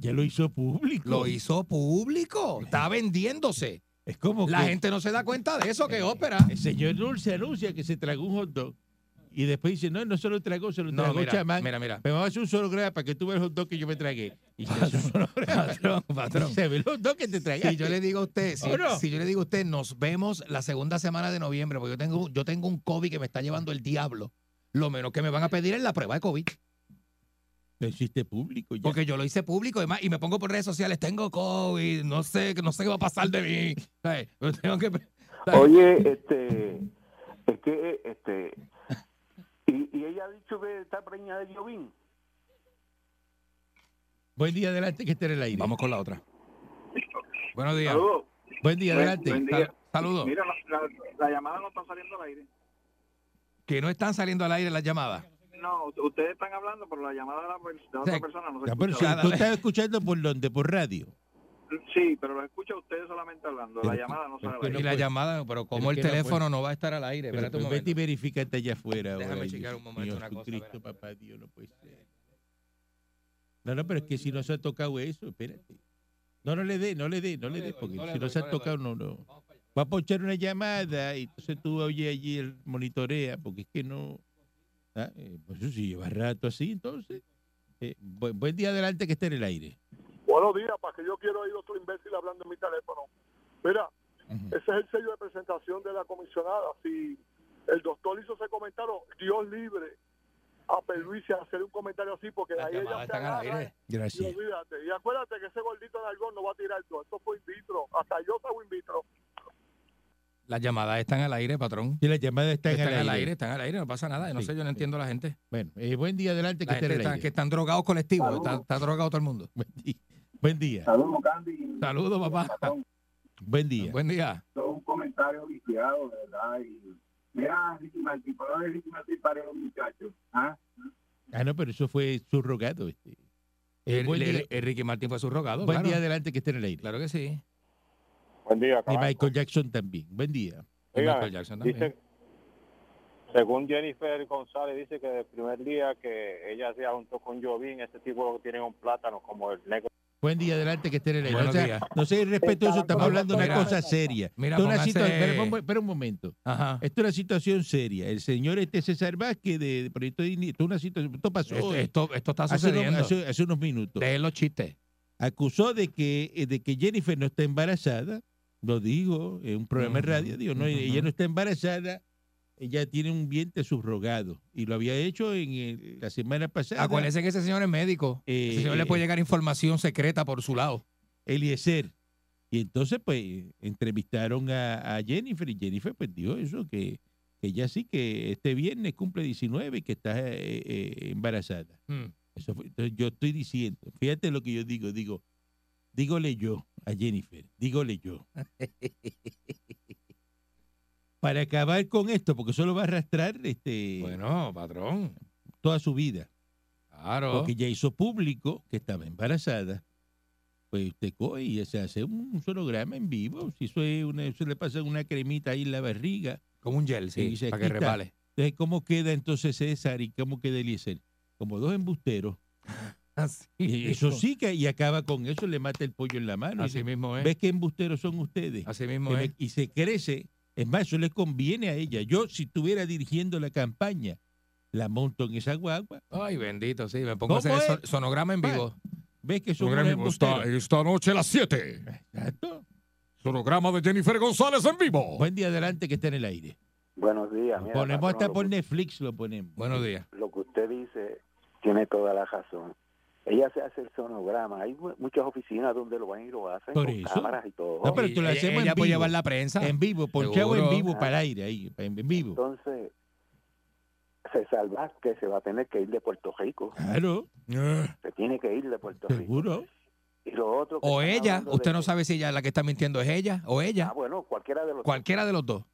D: Ya lo hizo público.
E: Lo hizo público, está vendiéndose.
D: Es como
E: La
D: que
E: gente no se da cuenta de eso, que ópera.
D: el señor Dulce anuncia que se tragó un hot dog y después dice, no, no se lo tragó, se lo
E: No,
D: tragó
E: mira,
D: chamán.
E: mira, mira.
D: Me vamos a hacer un solo grado para que tú veas el hot dog que yo me tragué. Y se hace un sonograma.
E: Patrón, patrón.
D: Se ve el hot dog que te tragaste.
E: Si yo le digo a usted, si,
D: ¿O no?
E: si yo le digo a usted, nos vemos la segunda semana de noviembre, porque yo tengo, yo tengo un COVID que me está llevando el diablo. Lo menos que me van a pedir es la prueba de COVID.
D: Lo hiciste público ya.
E: Porque yo lo hice público y, más, y me pongo por redes sociales, tengo COVID, no sé, no sé qué va a pasar de mí. ¿Sabes? Yo tengo que-
G: Oye, este, es que, este, y, y ella ha dicho que está preñada de Jovín.
D: Buen día, adelante, que esté en el aire.
E: Vamos con la otra. Buenos días.
G: Saludos.
D: Buen día,
G: Buen-
D: adelante.
G: buen día.
E: Saludos.
G: Mira, la, la- la llamada no está saliendo al aire.
E: Que no están saliendo al aire las llamadas.
G: No, ustedes están hablando, pero la llamada de, la, per- de otra
E: Sí.
G: persona no se
D: Ya, pero si
E: Ah,
G: escucha.
D: tú estás escuchando por dónde, por radio.
G: Sí, pero lo escucha ustedes solamente hablando. La
D: Pero-
G: llamada no sale al
D: pero-
G: aire.
E: y la
D: puede.
E: llamada, pero
D: pues, Pero
E: como el
D: es que no
E: teléfono no va a estar al aire.
D: Pero,
E: Espérate un
D: pues, vete y
E: momento.
D: verifícate allá afuera.
E: Déjame
D: ahora,
E: checar
D: Dios
E: un momento
D: mío,
E: una cosa,
D: Jesucristo,
E: espérate.
D: papá Dios, no puede ser. No, no, pero es que si no se ha tocado eso, espérate. No, no le dé, no le dé, no, le dé, porque
E: no le
D: si no
E: doy,
D: se
E: no
D: ha
E: le doy.
D: tocado, no, no. Va a ponchar una llamada y entonces tú oye allí el monitorea, porque es que no. Ah, eh, pues eso sí, lleva rato así, entonces. Eh, bu- buen día adelante que esté en el aire.
G: Buenos días, para que yo quiero oír otro imbécil hablando en mi teléfono. Mira,
D: Ujú.
G: ese es el sello de presentación de la comisionada. Si el doctor hizo ese comentario, Dios libre a Perluisi a hacer un comentario así, porque de
E: Las
G: ahí ella
E: llamadas
G: se
E: están al
G: agarra
E: aire.
G: y
D: Gracias.
G: olvídate. Y acuérdate que ese gordito de algón no va a tirar todo. Esto fue in vitro. Hasta yo hago in vitro.
E: Las llamadas están al aire, patrón.
D: Y las llamadas están,
E: Están
D: al aire.
E: están al aire, no pasa nada. No
D: Sí,
E: sé, yo no
D: sí.
E: entiendo a la gente.
D: Bueno, eh, buen día adelante que
E: La
D: esté en
E: gente
D: el
E: está-
D: aire.
E: que están drogados colectivos, está, está drogado todo el mundo.
D: Buen día. Buen día.
G: Saludos, Candy.
E: Saludos, papá.
D: Buen día.
E: Buen día.
G: todo un comentario viciado, de verdad. Y mira, Ricky Martin, por ahora Ricky Martin para los muchachos. ¿ah?
D: Ah, no, pero eso fue subrogado. Este. Eh,
E: El-
D: buen
E: el-
D: día,
E: Enrique Martín fue subrogado.
D: buen
E: claro.
D: día adelante que esté en el aire.
E: Claro que sí.
G: Buen día,
D: Y Michael Jackson también. Buen día.
E: Y
G: Oiga,
E: Michael Jackson también.
G: dice, según Jennifer González, dice que del primer día que ella se juntó con Jovín, este tipo que tiene un plátano como el negro.
D: Buen día adelante que esté en el aire.
E: Buenos
D: O sea,
E: días.
D: No sé, irrespetuoso, estamos hablando de una
E: Mira,
D: cosa seria.
E: mira,
D: Esto es una
E: póngase-
D: situación- espera, pon- espera un momento.
E: Ajá.
D: Esto es una situación seria. El señor este César Vázquez de, de Proyecto de Dignidad, esto es una situación, esto pasó
E: Esto, esto, esto está
D: hace, unos,
E: sucediendo.
D: hace- hace unos minutos.
E: Dejen los chistes.
D: acusó de que, eh, de que Jennifer no está embarazada, lo digo, en un programa de radio, digo, no, ella no está embarazada, ella tiene un vientre subrogado y lo había hecho en el- la semana pasada.
E: Acuérdense que Ah, ese señor es médico.
D: Eh,
E: ese señor le puede llegar información secreta por su lado.
D: Eliezer, Y entonces, pues, entrevistaron a, a Jennifer y Jennifer pues dijo eso, que, que ella sí que este viernes cumple 19 y que está eh, eh, embarazada.
E: Mm.
D: Eso fue- entonces yo estoy diciendo, fíjate lo que yo digo, digo, dígole yo a Jennifer, dígole yo. Para acabar con esto, porque eso lo va a arrastrar este,
E: Bueno, patrón.
D: toda su vida.
E: Claro.
D: porque ya hizo público que estaba embarazada. Pues usted coge y se hace un sonograma en vivo. Si eso es una, eso le pasa una cremita ahí en la barriga.
E: Como un gel,
D: Y
E: sí,
D: se
E: para que
D: quita.
E: repale.
D: Entonces, ¿cómo queda entonces César y cómo queda Eliezer? Como dos embusteros.
E: Así
D: Y eso sí que y acaba con eso, le mata el pollo en la mano. y
E: Así
D: dice,
E: mismo es.
D: ¿Ves qué embusteros son ustedes?
E: Así
D: Se
E: mismo
D: me-
E: es.
D: y se crece. Es más, eso le conviene a ella. Yo, si estuviera dirigiendo la campaña, la monto en esa guagua.
E: Ay, bendito, sí. Me pongo a hacer
D: ¿Cómo
E: el son-
D: es?
E: sonograma en vivo.
D: ¿Ves que son unos
I: Sonograma en vivo está
D: embusteros?
I: esta noche a las 7.
D: Exacto.
I: Sonograma de Jennifer González en vivo.
D: Buen día adelante que está en el aire.
F: Buenos días.
D: Lo
F: mira,
D: ponemos
F: patrón,
D: hasta
F: lo
D: por
F: que-
D: Netflix, lo ponemos.
E: Buenos días.
F: Lo que usted dice tiene toda la razón. Ella se hace el sonograma. Hay mu- muchas oficinas donde lo van y lo hacen
D: Por
F: con
D: eso.
F: cámaras y todo.
D: No, pero
E: Y
D: tú lo
E: ella-
D: hacemos en
E: ella puede
D: vivo.
E: llevar la prensa.
D: En vivo, ponchado en
E: Seguro.
D: vivo para el aire, ahí, en en vivo.
F: Entonces, se salva que se va a tener que ir de Puerto Rico.
D: Claro,
F: Se tiene que ir de Puerto Rico.
D: seguro.
F: Y lo otro que
D: Ah,
E: O
F: están
E: ella,
F: hablando de
E: usted no
F: que-
E: sabe si ella la que está mintiendo es ella o
F: Ah,
E: ella.
F: bueno, cualquiera de los
E: Cualquiera de los dos.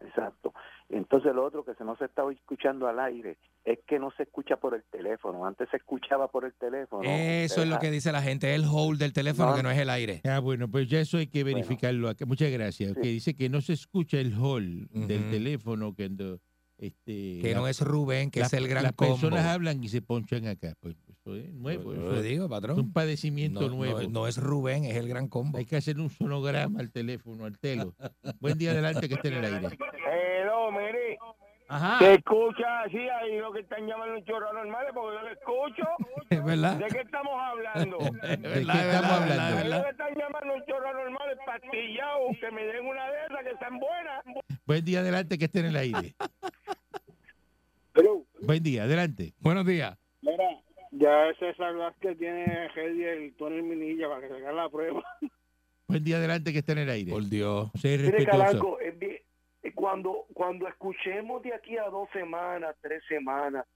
F: Exacto. Entonces lo otro que se no se está escuchando al aire es que no se escucha por el teléfono. Antes se escuchaba por el teléfono. Ah,
E: Eso es lo que dice la gente, el hold del teléfono
F: No.
E: que no es el aire.
D: Ah, bueno, pues ya eso hay que verificarlo acá. Muchas gracias. Que dice que no se escucha el hall del
E: Ujú.
D: teléfono que ando- este
E: Que
D: la-
E: no es Rubén, que
D: la-
E: es el gran
D: Las
E: combo.
D: personas hablan y se ponchan acá. Pues eso es nuevo.
E: Yo le
D: eso
E: digo,
D: es un
E: patrón.
D: padecimiento
E: No,
D: nuevo.
E: no- no es Rubén, es el gran combo.
D: Hay que hacer un sonograma al teléfono, al telo. Buen día adelante que esté en el aire.
G: Hello, mire.
E: Ajá,
G: Se escucha así ahí lo que están llamando un chorro normal porque yo lo escucho.
E: es verdad.
G: ¿De qué estamos hablando?
D: ¿De qué
E: verdad, es verdad, es
D: estamos hablando?
E: verdad.
G: Lo que están llamando un chorro normal es pastillado, que me den una de esas que están buenas.
D: Buen día adelante que esté en el aire. Buen día adelante.
E: Buenos días.
G: Mira, ya César Vázquez tiene Heidi el túnel Minilla para que se haga la prueba.
D: Buen día adelante que esté en el aire.
E: Por Dios.
D: Sé
J: Mire,
D: respetuoso.
J: Calanco, eh, vi- eh, cuando, cuando escuchemos de aquí a dos semanas, tres semanas,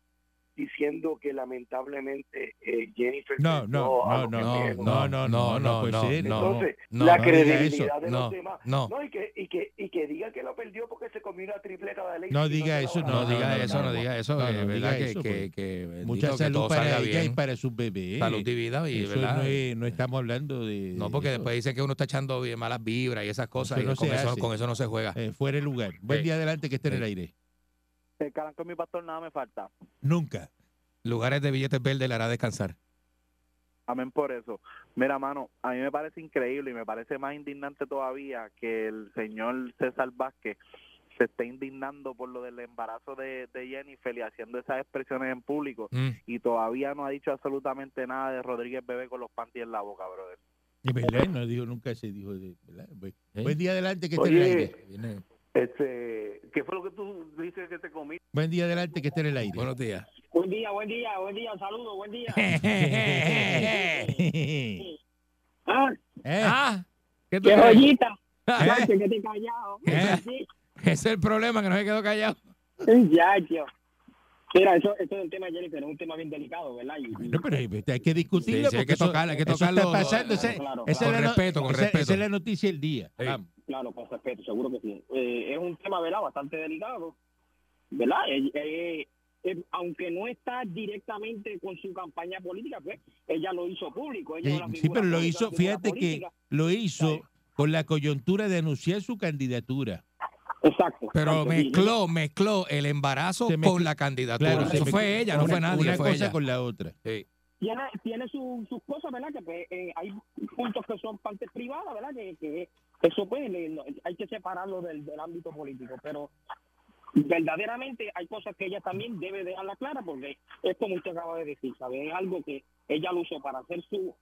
J: diciendo que lamentablemente eh, Jennifer...
D: No,
J: aceptó a
D: no,
J: lo
D: no,
J: que
D: no,
J: vieron.
D: no, no, no, pues, no, puede ser.
E: no,
J: Entonces,
E: no,
J: la
E: no diga
J: credibilidad
D: eso,
J: de
E: no,
J: los demás...
E: no.
J: y, que, y, que, y que diga que lo perdió porque se comió una tripleta de ley.
D: No diga eso,
E: No,
D: no,
E: diga
D: no,
E: eso,
D: no,
E: no, diga eso.
D: no,
E: eh,
D: no,
E: verdad
D: diga
E: que,
D: eso,
E: que,
D: pues.
E: que bendito
D: Mucha
E: que
D: salud
E: todo
D: para
E: salga
D: ella y
E: bien.
D: para sus bebés.
E: Salud y vida y
D: Eso
E: verdad.
D: no, es- no estamos hablando de.
E: no, porque
D: eso.
E: después dicen que uno está echando bien malas vibras y esas cosas.
D: Eso
E: y
D: no
E: con,
D: se
E: eso,
D: hace.
E: con eso no se juega.
D: Eh, fuera de lugar. Buen
E: Eh,
D: día adelante que esté en el
E: eh.
D: aire.
F: El calanco mi pastor nada me falta.
D: Nunca.
E: Lugares de billetes verdes le hará descansar.
F: Amén por eso. Mira, mano, a mí me parece increíble y me parece más indignante todavía que el señor César Vázquez se esté indignando por lo del embarazo de, de Jennifer y haciendo esas expresiones en público
E: Mm.
F: y todavía no ha dicho absolutamente nada de Rodríguez Bebé con los panties en la boca, brother.
D: Es verdad, no dijo, nunca se dijo. de- ¿verdad? Buen-
E: Eh.
D: Buen día adelante que esté en el aire.
J: Oye,
E: Viene-
J: este, ¿qué fue lo que tú dices que te comiste?
D: Buen día adelante que esté en el aire.
E: Buenos días.
H: Buen día, buen día, buen día, saludos, buen día.
D: Eh,
H: Ah,
E: Ah, ¿qué tú
H: qué
E: crees?
H: joyita,
E: Ah,
H: que te he callado.
E: ¿Eh?
H: Sí,
E: Ese es el problema, que no se quedó callado.
H: Ya, tío. Mira, eso, esto del tema de Jennifer es un tema bien delicado, ¿verdad? Y-
D: Bueno, pero hay este, hay que discutirlo
E: Sí, sí, hay
D: porque
E: que
D: eso-
E: tocarlo, hay que
D: eso
E: tocarlo,
D: está pasando.
E: eh,
D: esa-
H: claro,
D: esa
E: claro.
D: es la
E: Con respeto, con
D: esa- esa
E: respeto.
D: es la noticia del día.
E: Sí.
D: Vamos.
H: Claro, con respeto, seguro que sí. Eh, es un tema, ¿verdad? Bastante delicado, ¿verdad? Eh, eh, eh, aunque no está directamente con su campaña política, pues ella lo hizo público. Ella
D: Sí,
H: es una
D: sí,
H: figura
D: pero lo
H: pública,
D: hizo,
H: una figura
D: fíjate que
H: política.
D: lo hizo con la coyuntura de anunciar su candidatura.
H: Exacto.
E: Pero
H: exacto, sí.
E: mezcló, mezcló el embarazo
D: Se mezcló-
E: con la candidatura.
D: Claro, se
E: eso
D: me-
E: fue ella, no
D: una-
E: fue nadie,
D: Una
E: fue
D: cosa
E: ella.
D: con la otra.
H: Tiene, tiene su- sus cosas, ¿verdad? Que pues, eh, hay puntos que son partes privadas, ¿verdad? Que, que eso pues le- no- hay que separarlo del, del ámbito político, pero verdaderamente hay cosas que ella también debe dejarla clara porque es como usted acaba de decir, ¿sabe? Es algo que ella lo usó para hacer su,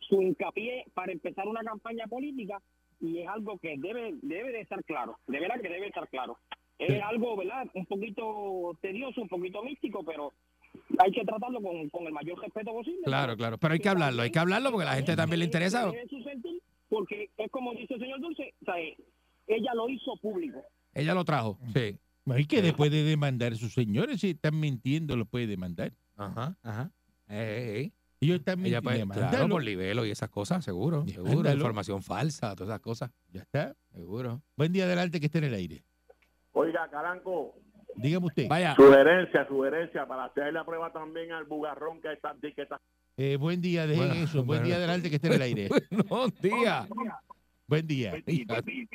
H: su hincapié, para empezar una campaña política y es algo que debe, debe de estar claro, de verdad que debe estar claro. Es algo, ¿verdad? Un poquito tedioso, un poquito místico, pero hay que tratarlo con, con el mayor respeto posible.
E: Claro, claro. Pero hay que hablarlo, hay que hablarlo porque a la gente también le interesa.
H: Debe su sentir,
K: porque es como dice el señor Dulce, o sea, eh, ella lo hizo público.
E: Ella lo trajo. Sí.
D: Y Mm. que después de demandar, sus señores si están mintiendo, lo puede demandar.
E: Ajá, ajá. Ey, ey.
D: Ellos están
E: Ella
D: mintiendo.
E: puede, claro,
D: demándalo.
E: por libelo y esas cosas, seguro.
D: Demándalo.
E: Seguro. Información falsa, todas esas cosas.
D: Ya está.
E: Seguro.
D: Buen día adelante que esté en el aire.
F: Oiga, Caranco,
D: Dígame usted.
E: Vaya.
F: sugerencia, sugerencia, para hacer la prueba también al bugarrón que está, que está
D: Eh, buen día, dejen
E: Bueno,
D: eso. Buen
E: bueno.
D: día adelante que esté en el aire.
E: Buenos días.
D: Buen día.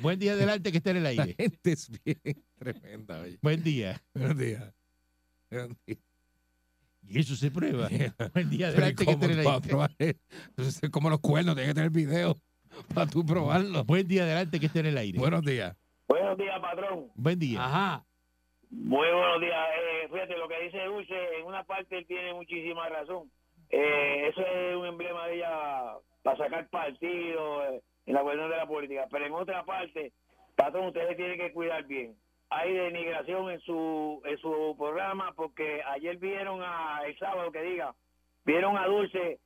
D: Buen día adelante que esté en el
E: La
D: aire.
E: gente es bien tremenda, oye.
D: Buen día.
E: Buenos días. Buenos días.
D: Y eso se prueba. Buen día
E: Pero ¿y
D: adelante que
E: cómo
D: esté en el
E: tú vas a
D: aire.
E: probar eso? Entonces, como los cuernos, tienes que tener video para tú probarlo.
D: Buen día adelante que esté en el aire.
E: Buenos días.
H: Buenos días, patrón.
D: Buen día.
E: Ajá.
H: Muy buenos días. Eh, fíjate, lo que dice Dulce, en una parte él tiene muchísima razón. Eh, eso es un emblema de ella para sacar partido eh, en la cuestión de la política. Pero en otra parte, patrón, ustedes se tienen que cuidar bien. Hay denigración en su en su programa porque ayer vieron a, el sábado que diga, vieron a Dulce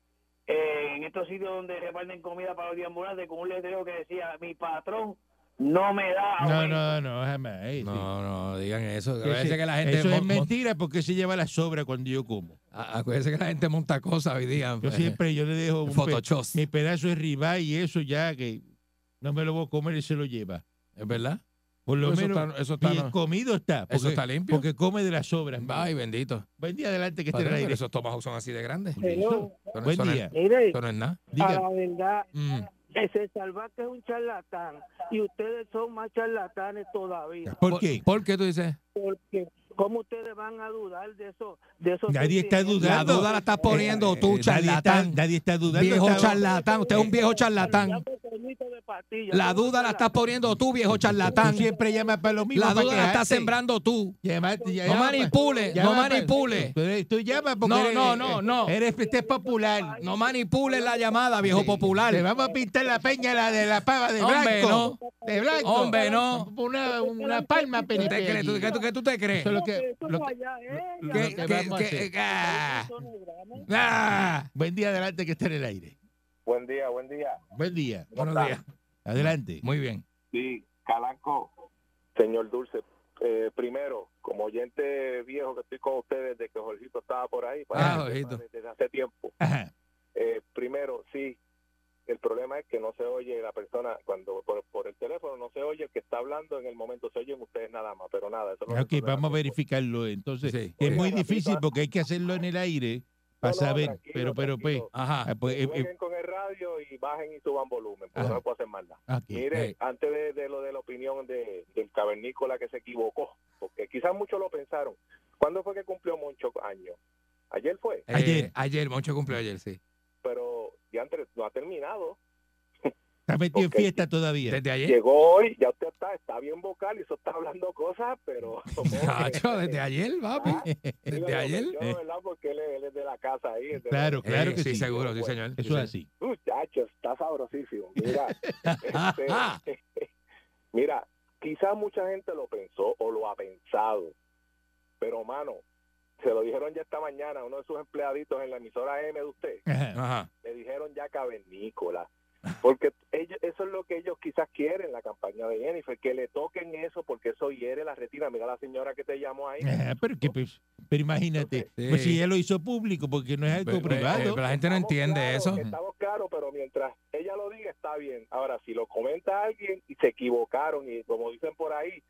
H: eh, en estos sitios donde reparten comida para los ambulantes con un letrero que decía, mi patrón no me da
F: Ah,
D: No,
H: aumento".
D: no, no, jamás. Eh, sí.
E: No, no, digan eso.
D: Que
E: Acuérdense
D: se-
E: que la gente
D: eso es
E: mon- mon-
D: mentira porque se lleva la sobra cuando yo como.
E: a- acuérdense que la gente monta cosas hoy día. eh,
D: Yo siempre yo le dejo un pe-
E: Photoshop.
D: mi pedazo de ribá y eso ya que no me lo voy a comer y se lo lleva.
E: ¿Es verdad?
D: Por lo
E: Eso
D: menos
E: está- eso está-
D: bien comido está. Porque,
E: Eso está limpio.
D: Porque come de las sobras. mira.
E: Ay, bendito.
D: Buen día adelante que esté en
E: Padre,
D: el
E: pero
D: Este aire.
E: esos tomahawks son así de grandes.
D: Eso.
E: Eso no-
D: Buen
E: eso no es-
D: día.
H: Mire,
E: Eso no es nada.
D: Diga.
H: verdad,
E: Mm.
H: Ese Salvaje es un charlatán y ustedes son más charlatanes todavía.
D: ¿Por qué?
E: ¿Por qué tú dices?
H: Porque cómo ustedes van a dudar de eso, de esos
D: Nadie está
H: sentimientos?
E: La
D: dudando.
E: duda la estás poniendo
D: Eh,
E: tú,
D: nadie
E: charlatán.
D: está- Nadie está dudando.
E: Viejo
D: está-
E: charlatán. Usted es un viejo charlatán.
H: Dame tornito de pastillas.
E: La duda la estás poniendo tú, viejo charlatán.
D: Tú siempre llamas para lo mismo.
E: La
D: para
E: duda la estás
D: quejarte.
E: sembrando tú.
D: Llamaste-
E: No
D: llama-
E: manipule, no
D: llama pa-
E: manipule.
D: Tú, eres- tú llamas porque
E: No,
D: eres- eh,
E: no, no, no.
D: Eres, este es popular.
E: No manipules la llamada, viejo
D: Sí.
E: popular.
D: Te vamos a pintar la peña la de la pava de
E: Hombre,
D: blanco. De blanco.
E: Hombre, no.
D: Una, una palma
E: ¿Tú te
D: penitente.
E: crees? ¿Tú- qué, tú, qué tú te crees?
D: Eso es lo
H: Eso
D: que-
H: fue
D: lo que-
H: allá, ella.
D: lo
E: ¿Qué-
D: que
E: qué-
D: vamos a
E: qué-
D: hacer.
E: ah,
H: Son programas.
E: ah.
D: Buen día adelante que esté en el aire.
G: Buen día, buen día.
D: Buen día.
E: Buenos días.
D: Adelante.
E: Muy bien.
G: Sí, Calanco. Señor Dulce, eh, primero, como oyente viejo que estoy con ustedes desde que Jorgito estaba por ahí, pues,
E: Ah, Jorgito.
G: desde hace tiempo.
D: Ajá.
G: Eh, primero, sí, el problema es que no se oye la persona cuando por, por el teléfono, no se oye el que está hablando en el momento, se oyen ustedes nada más, pero nada. Eso lo
D: Ok, vamos a verificarlo. Entonces,
E: Sí. ah.
D: es muy
G: Oiga,
D: difícil
G: papito.
D: porque hay que hacerlo en el aire para
G: No, no,
D: saber.
G: tranquilo,
D: Pero, pero, pues.
G: tranquilo.
D: ah,
E: Ajá.
D: pues, eh, eh,
G: Jueguen con el radio y bajen y suban volumen, porque
D: Ajá.
G: no puedo hacer más nada.
D: ok.
G: Mire,
E: eh.
G: antes de, de lo de la opinión de, del cavernícola que se equivocó, porque quizás muchos lo pensaron. ¿Cuándo fue que cumplió Moncho años? Ayer fue,
E: Eh,
D: Ayer.
E: ayer, Moncho cumplió ayer, sí.
G: pero ya antes no ha terminado.
D: Está metido
G: Ok.
D: en fiesta todavía.
E: Desde ayer.
G: Llegó hoy, ya usted está, está bien vocal y eso está hablando cosas, pero...
D: Ah,
E: Chacho, desde ayer, papi.
G: Ah,
E: Desde
G: Dígalo,
E: ayer.
G: yo,
D: Eh.
G: ¿verdad? Porque él, es- él es de la casa ahí. es de la-
D: Claro, claro
E: Eh,
D: que
E: sí,
D: sí.
E: seguro, sí, señor.
D: Eso es así.
G: Muchacho, está sabrosísimo. Mira, este,
E: Ajá.
G: mira, quizás mucha gente lo pensó o lo ha pensado, pero mano, se lo dijeron ya esta mañana a uno de sus empleaditos en la emisora M de usted,
D: Ajá.
E: Ajá.
G: le dijeron ya cavernícola, porque ellos, eso es lo que ellos quizás quieren la campaña de Jennifer, que le toquen eso porque eso hiere la retina. Mira la señora que te llamó ahí.
D: Ajá, pero, que, pues, pero imagínate,
E: Sí.
D: pues si ella lo hizo público, porque no es algo
E: Pero,
D: privado.
E: eh, pero la gente no
G: Estamos
E: entiende
G: claros,
E: eso.
G: Estamos claros, pero mientras ella lo diga está bien. Ahora, si lo comenta alguien y se equivocaron y como dicen por ahí,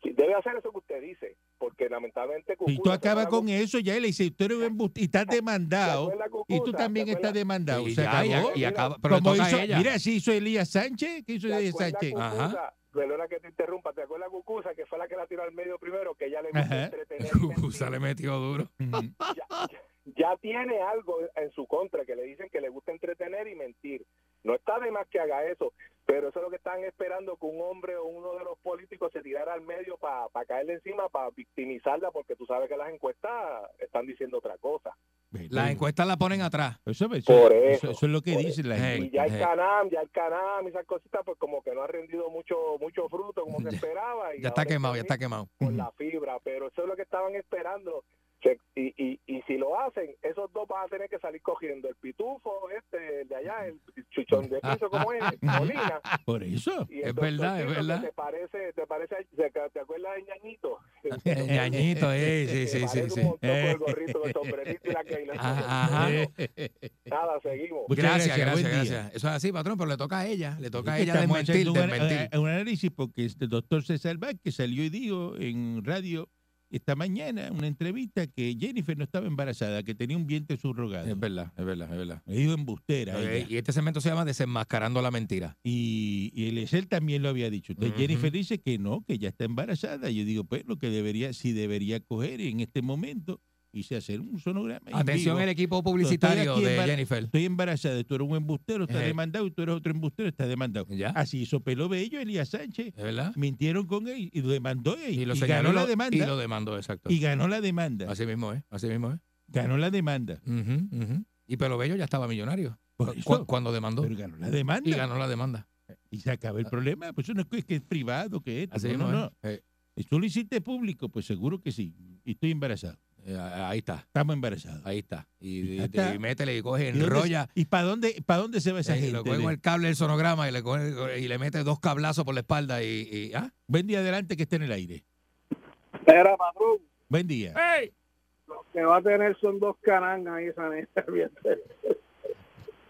G: si- debe hacer eso que usted dice, porque lamentablemente...
D: y tú acabas con eso, ya le dice, usted eres un embuste- y estás demandado, y tú también estás demandado.
E: Y
D: Se
E: ya, y,
D: acabó.
E: y acaba. Pero le
D: Como
E: toca
D: hizo-
E: a ella.
D: Mira, si hizo Elías Sánchez, ¿qué hizo Elías Sánchez?
E: Ah. Ajá.
G: Ajá. Perdona que te interrumpa, ¿te acuerdas Cucusa, que fue la que la tiró al medio primero, que ya le
D: Ajá.
G: gusta entretener?
E: Se le metió duro.
D: Ujú.
G: ya tiene algo en su contra que le dicen que le gusta entretener y mentir. No está de más que haga eso, pero eso es lo que están esperando que un hombre o uno de los políticos se tirara al medio para caerle encima, para victimizarla, porque tú sabes que las encuestas están diciendo otra cosa.
E: Las encuestas la ponen atrás.
D: Eso, eso-
G: Por
D: eso-
G: eso,
D: eso es lo que
G: por
D: dicen las
E: Eh,
G: Y
D: encuestas.
G: ya el
E: Eh.
G: Canam, ya el Canam, esas cositas, pues como que no ha rendido mucho mucho fruto como se
E: Ya-
G: esperaba. y
E: Ya está
G: ahora
E: quemado, ya
G: están
E: está quemado.
G: Por la fibra, pero eso es lo que estaban esperando.
L: se- y, y, y si lo hacen, esos dos van a tener que salir cogiendo el pitufo, este, el de allá, el chichón de piso, como es, Molina.
D: Por eso.
L: Y el doctor Tito, que ¿Te parece, te parece, te, ac- te acuerdas de Ñañito?
E: El ñañito, eh, sí, sí, sí, sí.
L: El gorrito, el sombrerito y la caída.
E: Ajá.
L: Nada, seguimos.
D: Muchas
E: Gracias,
D: gracias,
E: gracias,
D: buen día.
E: gracias. Eso es así, patrón, pero le toca a ella. Le toca a
D: Es que
E: ella
D: estamos
E: desmentir,
D: haciendo un-
E: desmentir.
D: a- a- Un, análisis porque este doctor César Vázquez salió y dijo en radio esta mañana en una entrevista que Jennifer no estaba embarazada, que tenía un vientre subrogado.
E: Es verdad, es verdad, es verdad.
D: Me dijo embustera.
E: Eh,
D: ella.
E: Y este segmento se llama Desenmascarando la Mentira.
D: Y, y el Excel también lo había dicho. Entonces
E: Ujú.
D: Jennifer dice que no, que ya está embarazada. Yo digo, pues lo que debería, si debería coger en este momento, hice hacer un sonograma. en
E: Atención,
D: vivo.
E: el equipo
D: Estoy
E: publicitario
D: aquí
E: de
D: embara-
E: Jennifer.
D: Estoy embarazada, tú eres un embustero, estás
E: Ejé.
D: demandado, y tú eres otro embustero, estás demandado.
E: Ya.
D: Así hizo Pelo Bello, Elías Sánchez.
E: ¿Es verdad?
D: Mintieron con él y lo demandó él. Y,
E: Y lo señaló
D: ganó
E: y lo-
D: la demanda.
E: Y
D: Y,
E: lo demandó, exacto.
D: ganó la demanda.
E: Así mismo es, así mismo es.
D: Ganó la demanda.
E: Ujú, ujú. Y Pelo Bello ya estaba millonario
D: Por
E: cu-
D: eso,
E: cuando demandó
D: pero ganó la demanda.
E: y
D: Y,
E: ganó la demanda.
D: se acaba el problema. Pues eso no es que es, que es privado, que es esto.
E: Así
D: no,
E: mismo
D: no,
E: es.
D: no.
E: Eh,
D: ¿Y ¿Tú lo hiciste público? Pues seguro que sí. Y estoy embarazado.
E: eh, ahí está,
D: Estamos embarazados.
E: ahí está. Y,
D: Ya
E: y-
D: está.
E: y métele y coge,
D: ¿Y dónde se-
E: enrolla.
D: ¿Y para dónde, para dónde se va esa
E: eh,
D: gente?
E: lo coge con
D: de-
E: el cable del sonograma y le, coge- y le mete dos cablazos por la espalda y... y- ¿ah?
D: Buen día adelante que esté en el aire.
L: Espera, patrón,
D: Buen día.
E: Eh.
L: lo que va a tener son dos carangas ahí, esa neta, bien.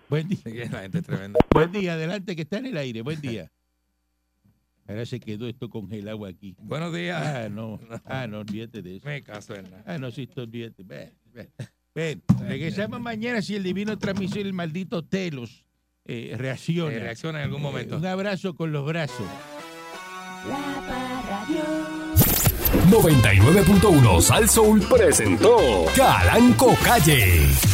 D: Buen día.
E: Sí, La gente es tremenda.
D: Buen día adelante que está en el aire. Buen día. Ahora se quedó esto congelado aquí.
E: Buenos días.
D: Ah, no. Ah, no, olvídate de eso.
E: Me caso en nada.
D: Ah, no, sí, esto, olvídate. Ven, ven, ven. regresamos mañana si el divino transmisor, el maldito Telos, eh,
E: Eh,
D: reacciona.
E: reacciona en algún
D: Eh,
E: momento.
D: Un abrazo con los brazos.
B: La Parra Dios.
A: 99.1 Sal Soul presentó Calanco Calle.